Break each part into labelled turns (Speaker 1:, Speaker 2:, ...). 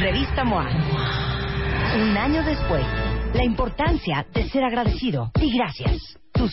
Speaker 1: Revista MOA. Un año después, la importancia de ser agradecido y gracias. Tus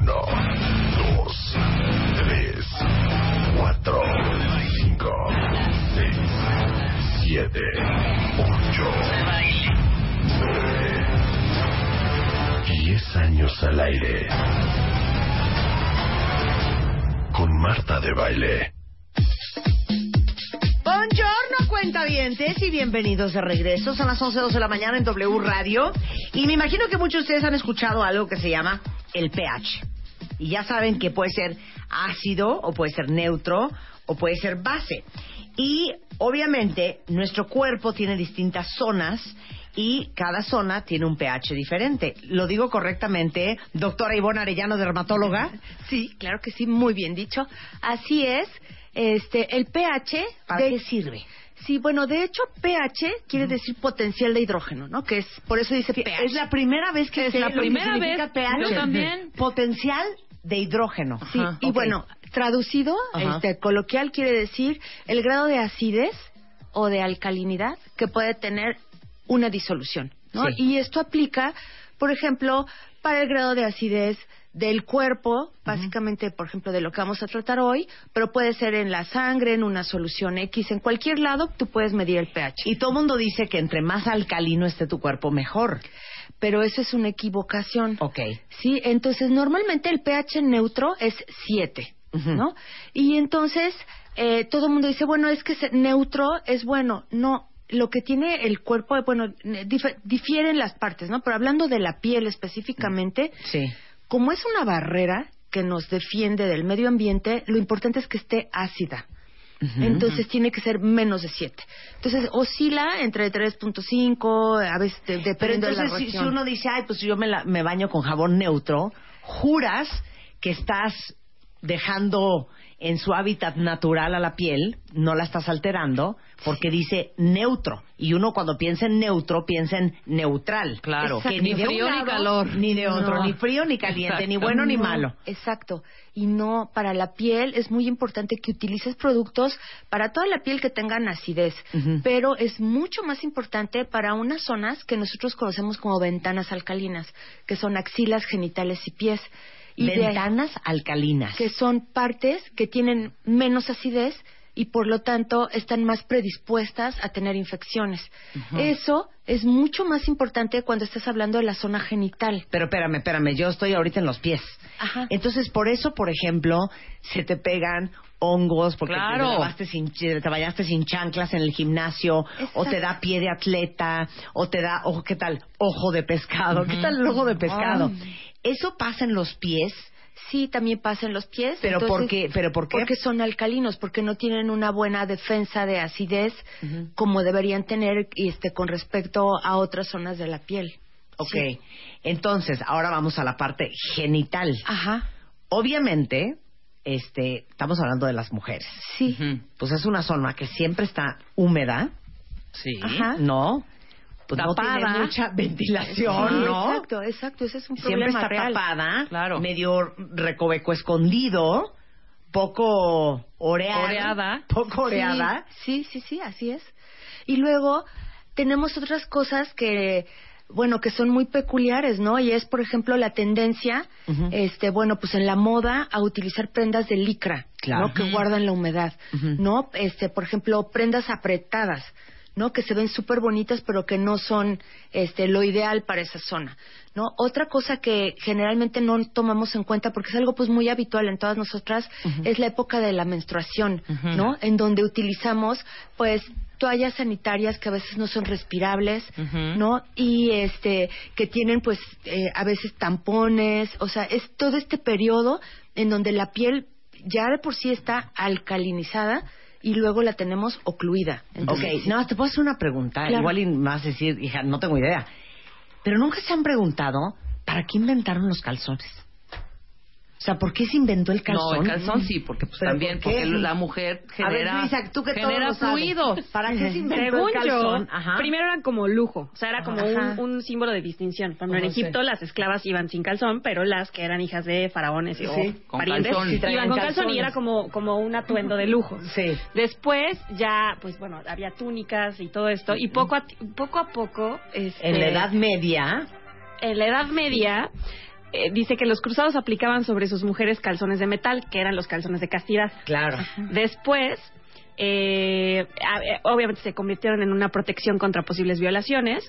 Speaker 2: Uno, dos, tres, cuatro, cinco, seis, siete, ocho, nueve, diez años al aire. Con Marta de Baile.
Speaker 1: Buongiorno, cuentavientes, y bienvenidos de regreso. Son las 11.12 de la mañana en W Radio. Y me imagino que muchos de ustedes han escuchado algo que se llama el pH. Y ya saben que puede ser ácido, o puede ser neutro, o puede ser base. Y obviamente nuestro cuerpo tiene distintas zonas y cada zona tiene un pH diferente. ¿Lo digo correctamente, doctora Ivonne Arellano, dermatóloga?
Speaker 3: Sí, claro que sí, muy bien dicho. Así es, este, el pH...
Speaker 1: ¿Para
Speaker 3: de-
Speaker 1: qué sirve?
Speaker 3: Sí, bueno, de hecho, pH quiere decir potencial de hidrógeno, ¿no? Que es, por eso dice pH.
Speaker 1: Es la primera vez que
Speaker 3: Es
Speaker 1: sé
Speaker 3: la
Speaker 1: lo que
Speaker 3: primera
Speaker 1: significa
Speaker 3: vez.
Speaker 1: pH.
Speaker 3: Yo también.
Speaker 1: Potencial de hidrógeno.
Speaker 3: Sí, y
Speaker 1: Ok.
Speaker 3: bueno, traducido,
Speaker 1: Ajá.
Speaker 3: este, coloquial quiere decir el grado de acidez o de alcalinidad que puede tener una disolución, ¿no?
Speaker 1: Sí.
Speaker 3: Y esto aplica, por ejemplo, para el grado de acidez del cuerpo, básicamente, por ejemplo, de lo que vamos a tratar hoy, pero puede ser en la sangre, en una solución X, en cualquier lado, tú puedes medir el pH.
Speaker 1: Y todo mundo dice que entre más alcalino esté tu cuerpo, mejor.
Speaker 3: Pero eso es una equivocación.
Speaker 1: Ok.
Speaker 3: Sí, entonces normalmente el pH neutro es 7,
Speaker 1: Ujú.
Speaker 3: ¿no? Y entonces eh, todo el mundo dice, bueno, es que se- neutro es bueno. No, lo que tiene el cuerpo, bueno, ne- dif- difieren las partes, ¿no? Pero hablando de la piel específicamente,
Speaker 1: Sí.
Speaker 3: como es una barrera que nos defiende del medio ambiente, lo importante es que esté ácida.
Speaker 1: Ujú.
Speaker 3: Entonces tiene que ser menos de 7. Entonces oscila entre 3.5, a veces de-
Speaker 1: Pero
Speaker 3: dependiendo de
Speaker 1: entonces,
Speaker 3: la
Speaker 1: si, si
Speaker 3: región.
Speaker 1: uno dice, ay, pues yo me, la- me baño con jabón neutro, juras que estás dejando en su hábitat natural a la piel, no la estás alterando, porque dice neutro. Y uno cuando piensa en neutro, piensa en neutral.
Speaker 4: Claro.
Speaker 1: Que
Speaker 4: Ni
Speaker 1: de un
Speaker 4: frío ni
Speaker 1: lado,
Speaker 4: calor.
Speaker 1: Ni de otro,
Speaker 3: No.
Speaker 1: ni frío ni caliente, ni
Speaker 4: Exacto.
Speaker 1: bueno ni
Speaker 3: No,
Speaker 1: malo.
Speaker 3: Exacto. Y no, para la piel es muy importante que utilices productos para toda la piel que tengan acidez,
Speaker 1: Ujú.
Speaker 3: pero es mucho más importante para unas zonas que nosotros conocemos como ventanas alcalinas, que son axilas, genitales y pies. Y de ahí-
Speaker 1: Ventanas alcalinas.
Speaker 3: que son partes que tienen menos acidez y por lo tanto están más predispuestas a tener infecciones. Eso es mucho más importante cuando estás hablando de la zona genital.
Speaker 1: Pero espérame, espérame, yo estoy ahorita en los pies.
Speaker 3: Ajá.
Speaker 1: Entonces, por eso, por ejemplo, se te pegan hongos porque
Speaker 4: Claro.
Speaker 1: te, lavaste sin, te bañaste sin chanclas en el gimnasio, o te da pie de atleta, o te da, ojo, ¿qué tal? Ojo de pescado. ¿Qué tal el ojo de pescado? Eso pasa en los pies,
Speaker 3: Sí, también pasa en los pies.
Speaker 1: pero
Speaker 3: entonces-
Speaker 1: ¿por qué? ¿Pero por qué?
Speaker 3: Porque son alcalinos, porque no tienen una buena defensa de acidez como deberían tener y, este, con respecto a otras zonas de la piel.
Speaker 1: Ok.
Speaker 3: Sí.
Speaker 1: Entonces, ahora vamos a la parte genital.
Speaker 3: Ajá.
Speaker 1: Obviamente, este, estamos hablando de las mujeres.
Speaker 3: Sí.
Speaker 4: Ujú.
Speaker 1: Pues es una zona que siempre está húmeda,
Speaker 4: Sí.
Speaker 3: Ajá.
Speaker 1: ¿no? Pues
Speaker 4: Tapada.
Speaker 1: no tiene mucha
Speaker 3: Sí,
Speaker 1: ventilación, ¿no?
Speaker 3: Exacto, exacto. Ese es un problema
Speaker 1: Siempre está
Speaker 3: real.
Speaker 1: tapada,
Speaker 4: Claro.
Speaker 1: medio recoveco escondido, poco oreada,
Speaker 4: Oreada.
Speaker 1: poco oreada.
Speaker 3: Sí, sí, sí, sí, así es. Y luego tenemos otras cosas que, bueno, que son muy peculiares, ¿no? Y es, por ejemplo, la tendencia,
Speaker 1: Ujú.
Speaker 3: este, bueno, pues en la moda a utilizar prendas de licra,
Speaker 1: Claro.
Speaker 3: ¿no? Que guardan la humedad,
Speaker 1: Ujú.
Speaker 3: ¿no? Este, por ejemplo, prendas apretadas. ¿no? Que se ven súper bonitas, pero que no son este, lo ideal para esa zona, ¿no? Otra cosa que generalmente no tomamos en cuenta, porque es algo pues muy habitual en todas nosotras, es la época de la menstruación, ¿no? En donde utilizamos, pues, toallas sanitarias que a veces no son respirables, ¿no? Y este que tienen pues eh, a veces tampones, o sea, es todo este periodo en donde la piel ya de por sí está alcalinizada y luego la tenemos ocluida.
Speaker 1: Ok,
Speaker 3: Entonces,
Speaker 1: no, te puedo hacer una pregunta.
Speaker 3: Claro.
Speaker 1: Igual y me vas a decir, hija, no tengo idea. Pero nunca se han preguntado para qué inventaron los calzones. O sea, ¿por qué se inventó el calzón?
Speaker 4: No, el calzón sí, porque pues
Speaker 1: ¿Pero
Speaker 4: también
Speaker 1: por qué?
Speaker 4: porque la mujer genera
Speaker 1: a ver, Luisa, tú que todo
Speaker 4: genera
Speaker 1: lo sabes.
Speaker 4: fluidos.
Speaker 1: ¿Para qué se inventó
Speaker 5: Según
Speaker 1: el
Speaker 5: yo,
Speaker 1: calzón?
Speaker 3: ah,
Speaker 1: Ajá.
Speaker 5: primero era como lujo, o sea, era como
Speaker 3: Ajá.
Speaker 5: un, un símbolo de distinción. Por ejemplo, en
Speaker 1: Ajá, sí.
Speaker 5: Egipto las esclavas iban sin calzón, pero las que eran hijas de faraones y o
Speaker 1: Sí,
Speaker 4: con
Speaker 5: parientes
Speaker 4: calzón. Sí,
Speaker 5: iban
Speaker 1: traían
Speaker 5: con calzón
Speaker 1: calzones.
Speaker 5: y era como, como un atuendo de lujo.
Speaker 1: Sí.
Speaker 5: Después ya, pues bueno, había túnicas y todo esto, y poco a, ti- poco, a poco... este,
Speaker 1: En la Edad Media,
Speaker 5: en la Edad Media eh, dice que los cruzados aplicaban sobre sus mujeres calzones de metal, que eran los calzones de castidad.
Speaker 1: claro.
Speaker 5: Después, eh, a- eh, obviamente se convirtieron en una protección contra posibles violaciones.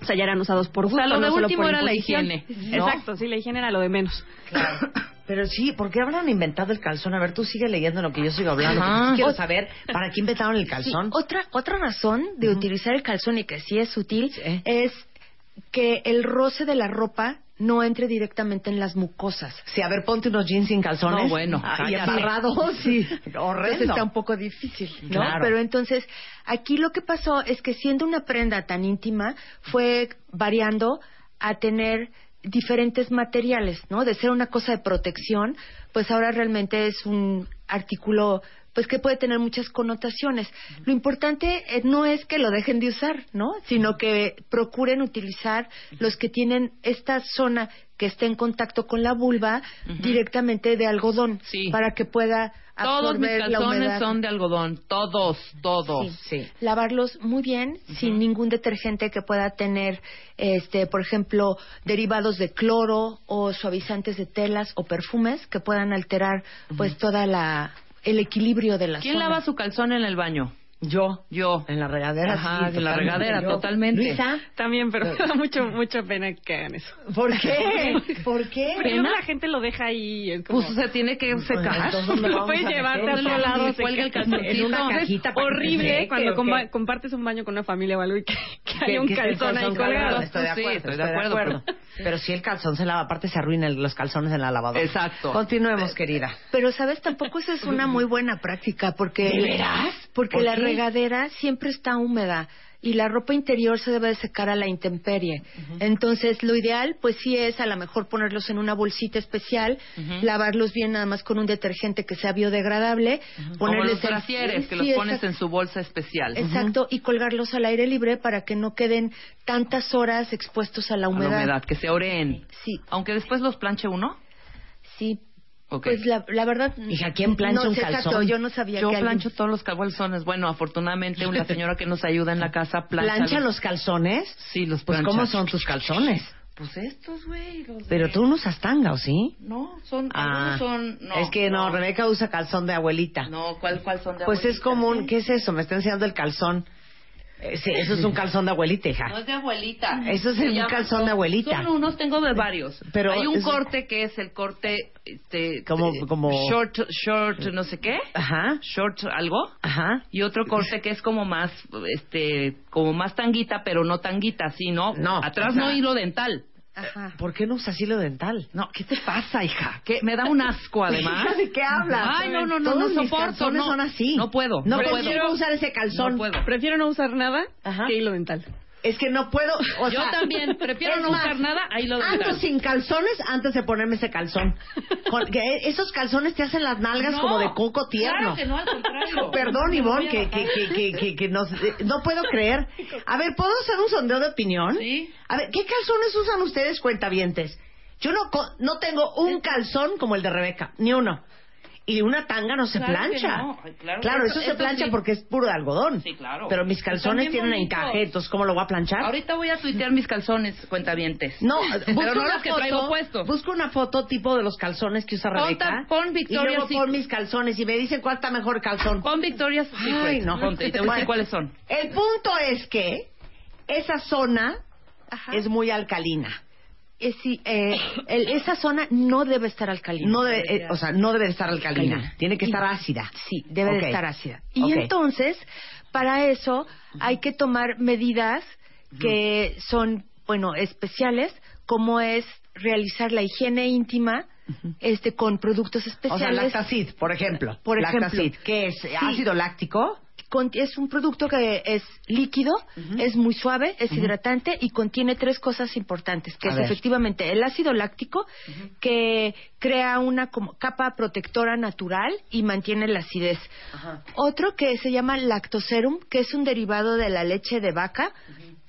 Speaker 5: O sea, ya eran usados por gusto,
Speaker 4: sea, lo
Speaker 5: no
Speaker 4: de
Speaker 5: solo
Speaker 4: último
Speaker 5: por
Speaker 4: era la
Speaker 5: imposición.
Speaker 4: higiene,
Speaker 1: ¿no?
Speaker 5: Exacto, sí, la higiene era lo de menos.
Speaker 1: Pero sí, ¿por qué habrán inventado el calzón? A ver, tú sigue leyendo lo que yo sigo hablando. porque sí quiero saber para qué inventaron el
Speaker 3: Sí,
Speaker 1: calzón.
Speaker 3: otra, otra razón de utilizar el calzón y que sí es útil
Speaker 1: Sí.
Speaker 3: es que el roce de la ropa no entre directamente en las mucosas.
Speaker 1: Sí, a ver, ponte unos jeans sin calzones.
Speaker 4: No, bueno,
Speaker 1: Ah, y
Speaker 4: cállate.
Speaker 1: amarrados. Sí.
Speaker 3: Entonces
Speaker 1: Horrendo.
Speaker 3: está un poco difícil, ¿no?
Speaker 1: Claro.
Speaker 3: Pero entonces, aquí lo que pasó es que siendo una prenda tan íntima, fue variando a tener diferentes materiales, ¿no? De ser una cosa de protección, pues ahora realmente es un artículo pues que puede tener muchas connotaciones. Lo importante eh, no es que lo dejen de usar, ¿no? Sino que procuren utilizar los que tienen esta zona que está en contacto con la vulva directamente de algodón
Speaker 4: Sí.
Speaker 3: para que pueda
Speaker 4: Todos mis
Speaker 3: absorber la humedad.
Speaker 4: calzones son de algodón, todos, todos.
Speaker 1: Sí.
Speaker 3: Lavarlos muy bien, sin ningún detergente que pueda tener, este, por ejemplo, derivados de cloro o suavizantes de telas o perfumes que puedan alterar, pues, toda la el equilibrio de la
Speaker 4: ¿Quién
Speaker 3: zona.
Speaker 4: lava su calzón en el baño?
Speaker 1: Yo.
Speaker 4: Yo.
Speaker 1: En la regadera.
Speaker 4: Ajá,
Speaker 1: sí,
Speaker 4: en la
Speaker 1: totalmente
Speaker 4: regadera,
Speaker 1: yo.
Speaker 4: totalmente.
Speaker 1: Luisa,
Speaker 5: También, pero da mucho, mucho pena que hagan eso.
Speaker 1: ¿por qué? ¿Por qué?
Speaker 5: Pero luego la gente lo deja ahí. es como-
Speaker 4: Pues se tiene que secar.
Speaker 1: entonces no
Speaker 5: Lo
Speaker 1: vamos
Speaker 5: puedes
Speaker 1: a
Speaker 5: llevar
Speaker 1: meter,
Speaker 5: de
Speaker 1: no
Speaker 5: otro
Speaker 1: vamos a
Speaker 5: lado,
Speaker 1: meter,
Speaker 5: se
Speaker 1: cuelga el
Speaker 5: queda.
Speaker 1: calzoncito en una
Speaker 5: Entonces,
Speaker 1: cajita para que se
Speaker 5: horrible ¿eh?
Speaker 1: seque,
Speaker 5: cuando
Speaker 1: ¿o
Speaker 5: compa-
Speaker 1: qué?
Speaker 5: compartes un baño con una familia o algo y que, que
Speaker 1: Que-
Speaker 5: haya un
Speaker 1: que esté el
Speaker 5: calzón ahí
Speaker 1: colgado.
Speaker 5: colgado.
Speaker 1: Estoy de
Speaker 4: Sí,
Speaker 1: acuerdo,
Speaker 4: estoy de acuerdo,
Speaker 1: Pero, pero si el calzón se lava, aparte se arruinan los calzones en la lavadora.
Speaker 4: Exacto. Eh,
Speaker 1: Continuemos, querida.
Speaker 3: Pero, ¿sabes? Tampoco eso es una muy buena práctica porque...
Speaker 1: ¿De veras?
Speaker 3: Porque
Speaker 1: ¿Por
Speaker 3: la
Speaker 1: qué?
Speaker 3: regadera siempre está húmeda y la ropa interior se debe de secar a la intemperie. Entonces, lo ideal, pues sí es a lo mejor ponerlos en una bolsita especial, lavarlos bien nada más con un detergente que sea biodegradable,
Speaker 4: Como
Speaker 3: ponerles
Speaker 4: los
Speaker 3: el-
Speaker 4: brasieres, que
Speaker 3: Sí,
Speaker 4: los pones
Speaker 3: exacto.
Speaker 4: en su bolsa especial.
Speaker 3: Exacto, y colgarlos al aire libre para que no queden tantas horas expuestos a la
Speaker 4: A la
Speaker 3: humedad.
Speaker 4: humedad, que se oreen.
Speaker 3: Sí,
Speaker 4: Aunque después los planche uno.
Speaker 3: sí.
Speaker 4: Ok.
Speaker 3: Pues la, la verdad.
Speaker 1: Hija, ¿quién plancha
Speaker 3: no
Speaker 1: un
Speaker 3: sé, exacto,
Speaker 1: calzón?
Speaker 3: yo no sabía
Speaker 4: Yo
Speaker 3: que alguien-
Speaker 4: plancho todos los calzones. Bueno, afortunadamente la señora que nos ayuda en la casa plancha.
Speaker 1: ¿Plancha los calzones?
Speaker 4: Sí, los
Speaker 1: Pues,
Speaker 4: plancha.
Speaker 1: ¿cómo son tus calzones?
Speaker 4: Pues estos, güey. los de-
Speaker 1: Pero tú no usas tanga, ¿o sí?
Speaker 4: No, son...
Speaker 1: Ah,
Speaker 4: algunos son... No,
Speaker 1: es que no, Rebeca usa calzón de abuelita.
Speaker 4: No, ¿cuál, cuál son de
Speaker 1: pues es
Speaker 4: abuelita?
Speaker 1: común, ¿qué es eso? Me está enseñando el calzón. Eh, sí, eso es un calzón de abuelita, hija.
Speaker 4: No es de abuelita.
Speaker 1: Eso es
Speaker 4: Se
Speaker 1: un
Speaker 4: llama-
Speaker 1: calzón de abuelita.
Speaker 4: Son unos, tengo de varios.
Speaker 1: Pero
Speaker 4: Pero Hay un
Speaker 1: es-
Speaker 4: corte que es el corte... Este,
Speaker 1: Como-
Speaker 4: eh,
Speaker 1: como- Ah.
Speaker 4: Short, short, no sé qué.
Speaker 1: Ajá,
Speaker 4: Short algo.
Speaker 1: ajá.
Speaker 4: Y otro corte que es como más, este, como más tanguita, pero no tanguita, sino
Speaker 1: No.
Speaker 4: atrás
Speaker 1: Ajá.
Speaker 4: no hilo dental. Ah.
Speaker 3: Ajá.
Speaker 1: ¿Por qué no usas hilo dental?
Speaker 4: No, ¿qué te pasa, hija? Que me da un asco, además.
Speaker 1: ¿De qué hablas?
Speaker 4: Ay, no, no, no,
Speaker 1: Todos
Speaker 4: no
Speaker 1: mis
Speaker 4: soporto.
Speaker 1: calzones
Speaker 4: No,
Speaker 1: son así.
Speaker 4: no puedo.
Speaker 1: No,
Speaker 4: puedo.
Speaker 1: prefiero usar ese calzón.
Speaker 4: No puedo.
Speaker 5: Prefiero no usar nada
Speaker 1: Ajá.
Speaker 5: que hilo dental.
Speaker 1: Es que no puedo. o
Speaker 4: Yo
Speaker 1: sea,
Speaker 4: también, prefiero
Speaker 1: es
Speaker 4: no
Speaker 1: más,
Speaker 4: usar nada, ahí lo
Speaker 1: Ando
Speaker 4: dental.
Speaker 1: sin calzones antes de ponerme ese calzón. Con- que esos calzones te hacen las nalgas
Speaker 4: No,
Speaker 1: como de coco tierno.
Speaker 4: Claro que no, al contrario.
Speaker 1: Perdón,
Speaker 4: Me voy
Speaker 1: Ivonne,
Speaker 4: a
Speaker 1: que, que,
Speaker 4: bajar.
Speaker 1: que, que, que, que nos- eh, no puedo creer. A ver, ¿puedo hacer un sondeo de opinión?
Speaker 4: Sí.
Speaker 1: A ver, ¿qué calzones usan ustedes, cuentavientes? Yo no, co- no tengo un calzón como el de Rebeca, ni uno. Y una tanga no se
Speaker 4: Claro que
Speaker 1: plancha.
Speaker 4: no. Ay, claro.
Speaker 1: eso,
Speaker 4: Eso-
Speaker 1: se
Speaker 4: eso
Speaker 1: plancha
Speaker 4: sí.
Speaker 1: porque es puro de algodón.
Speaker 4: Sí, claro.
Speaker 1: Pero mis
Speaker 4: Están
Speaker 1: calzones
Speaker 4: bien
Speaker 1: tienen
Speaker 4: bonitos.
Speaker 1: encaje, entonces ¿cómo lo voy a planchar?
Speaker 4: Ahorita voy a tuitear mis calzones, cuentavientes.
Speaker 1: No,
Speaker 4: pero no
Speaker 1: una
Speaker 4: los que traigo puestos.
Speaker 1: Busco una foto tipo de los calzones que usa
Speaker 4: Pon
Speaker 1: Rebeca.
Speaker 4: tan- pon
Speaker 1: Y
Speaker 4: Victoria's
Speaker 1: luego pon
Speaker 4: Secret.
Speaker 1: mis calzones y me dicen cuál está mejor calzón.
Speaker 4: Pon Victoria's
Speaker 1: Ay,
Speaker 4: Secret.
Speaker 1: no.
Speaker 4: Ponte, y te voy a
Speaker 1: Bueno,
Speaker 4: decir cuáles son.
Speaker 1: El punto es que esa zona
Speaker 3: Ajá.
Speaker 1: es muy alcalina.
Speaker 3: Eh, sí, eh, el- esa zona no debe estar alcalina.
Speaker 1: No debe, eh, o sea, no debe de estar alcalina.
Speaker 3: Alcalina.
Speaker 1: Tiene que estar ácida.
Speaker 3: Sí, debe
Speaker 1: Ok.
Speaker 3: de estar ácida. Y
Speaker 1: Ok.
Speaker 3: entonces, para eso hay que tomar medidas que son, bueno, especiales, como es realizar la higiene íntima este con productos
Speaker 1: O sea,
Speaker 3: especiales.
Speaker 1: lactacid, por ejemplo.
Speaker 3: Por ejemplo.
Speaker 1: Lactacid, ¿qué es?
Speaker 3: Sí.
Speaker 1: ¿Ácido láctico?
Speaker 3: Cont- es un producto que es líquido, es muy suave, es hidratante y contiene tres cosas importantes, que
Speaker 1: A
Speaker 3: es
Speaker 1: ver.
Speaker 3: efectivamente el ácido láctico, que crea una como capa protectora natural y mantiene la acidez. Otro que se llama lactoserum, que es un derivado de la leche de vaca,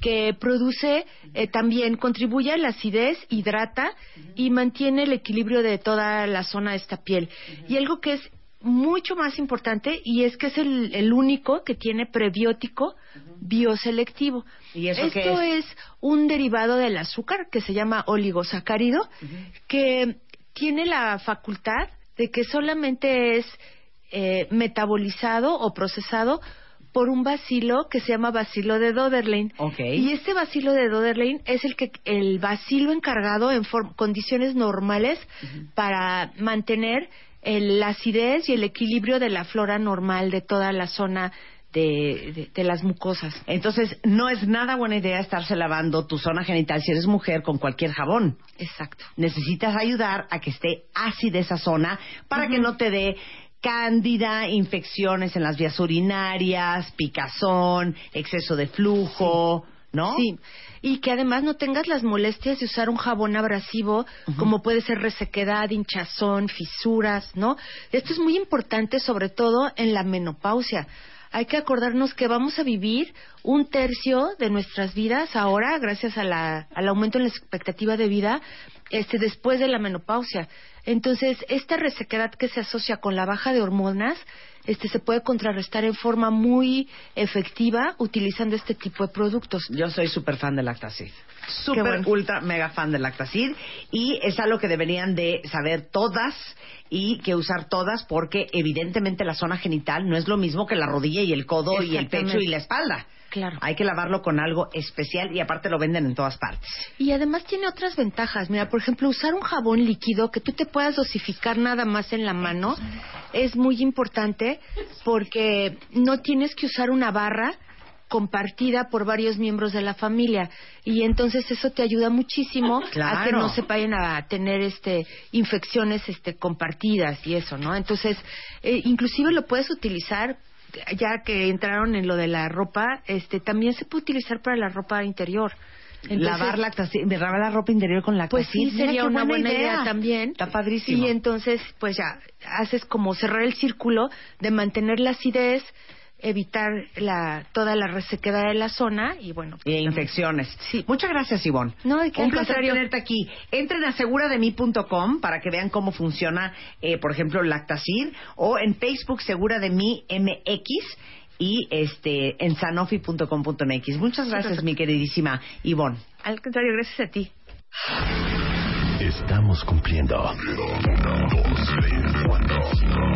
Speaker 3: que produce eh, también, contribuye a la acidez, hidrata y mantiene el equilibrio de toda la zona de esta piel. Y algo que es mucho más importante y es que es el, el único que tiene prebiótico bioselectivo.
Speaker 1: ¿Y eso qué
Speaker 3: Esto es un derivado del azúcar que se llama oligosacárido, que tiene la facultad de que solamente es eh, metabolizado o procesado por un bacilo que se llama bacilo de Doderlein.
Speaker 1: Ok.
Speaker 3: Y este bacilo de Doderlein es el que el bacilo encargado en form- condiciones normales para mantener el- la acidez y el equilibrio de la flora normal de toda la zona de- de- de las mucosas.
Speaker 1: Entonces, no es nada buena idea estarse lavando tu zona genital si eres mujer con cualquier jabón.
Speaker 3: Exacto.
Speaker 1: necesitas ayudar a que esté ácida esa zona para que no te dé cándida, infecciones en las vías urinarias, picazón, exceso de flujo, ¿no?
Speaker 3: Sí, y que además no tengas las molestias de usar un jabón abrasivo, como puede ser resequedad, hinchazón, fisuras, ¿no? Esto es muy importante, sobre todo en la menopausia. Hay que acordarnos que vamos a vivir un tercio de nuestras vidas ahora, gracias a la- al aumento en la expectativa de vida, este, después de la menopausia. Entonces, esta resequedad que se asocia con la baja de hormonas, este, se puede contrarrestar en forma muy efectiva utilizando este tipo de productos.
Speaker 1: Yo soy súper fan del Lactacid. Súper,
Speaker 3: bueno.
Speaker 1: ultra, mega fan del Lactacid. Y es algo que deberían de saber todas y que usar todas porque evidentemente la zona genital no es lo mismo que la rodilla y el codo y el pecho y la espalda.
Speaker 3: Claro.
Speaker 1: Hay que lavarlo con algo especial y aparte lo venden en todas partes.
Speaker 3: Y además tiene otras ventajas. Mira, por ejemplo, usar un jabón líquido que tú te puedas dosificar nada más en la mano es muy importante porque no tienes que usar una barra compartida por varios miembros de la familia y entonces eso te ayuda muchísimo a que
Speaker 1: Claro.
Speaker 3: no se vayan a tener este infecciones este compartidas y eso, ¿no? Entonces, eh, inclusive lo puedes utilizar ya que entraron en lo de la ropa, este también se puede utilizar para la ropa interior. Entonces-
Speaker 1: lavar lactacid, de lavar la ropa interior con lactacid.
Speaker 3: pues sí,
Speaker 1: Mira
Speaker 3: sería
Speaker 1: qué
Speaker 3: una buena idea. también.
Speaker 1: Está padrísimo.
Speaker 3: Y entonces, pues ya, haces como cerrar el círculo de mantener la acidez, evitar la, toda la resequedad de la zona y bueno.
Speaker 1: Y infecciones.
Speaker 3: Sí.
Speaker 1: Muchas gracias, Ivonne.
Speaker 3: No, de qué,
Speaker 1: Un
Speaker 3: al
Speaker 1: placer
Speaker 3: contrario.
Speaker 1: tenerte aquí. Entren a segurademi.com para que vean cómo funciona, eh, por ejemplo, Lactacid o en Facebook Segura de Mí MX y este en sanofi.com.mx. Muchas gracias, mi queridísima Ivonne.
Speaker 3: Al contrario, gracias a ti.
Speaker 2: Estamos cumpliendo. 2, 3, 4,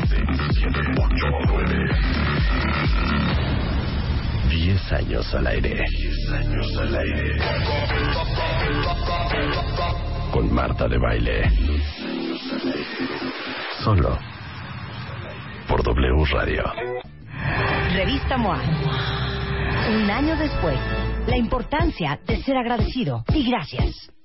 Speaker 2: 6, 7, 8, 9. 10 años al aire. 10 años al aire. Con Marta de Baile. Solo. Por W Radio.
Speaker 1: Revista MOA. Un año después, la importancia de ser agradecido y gracias.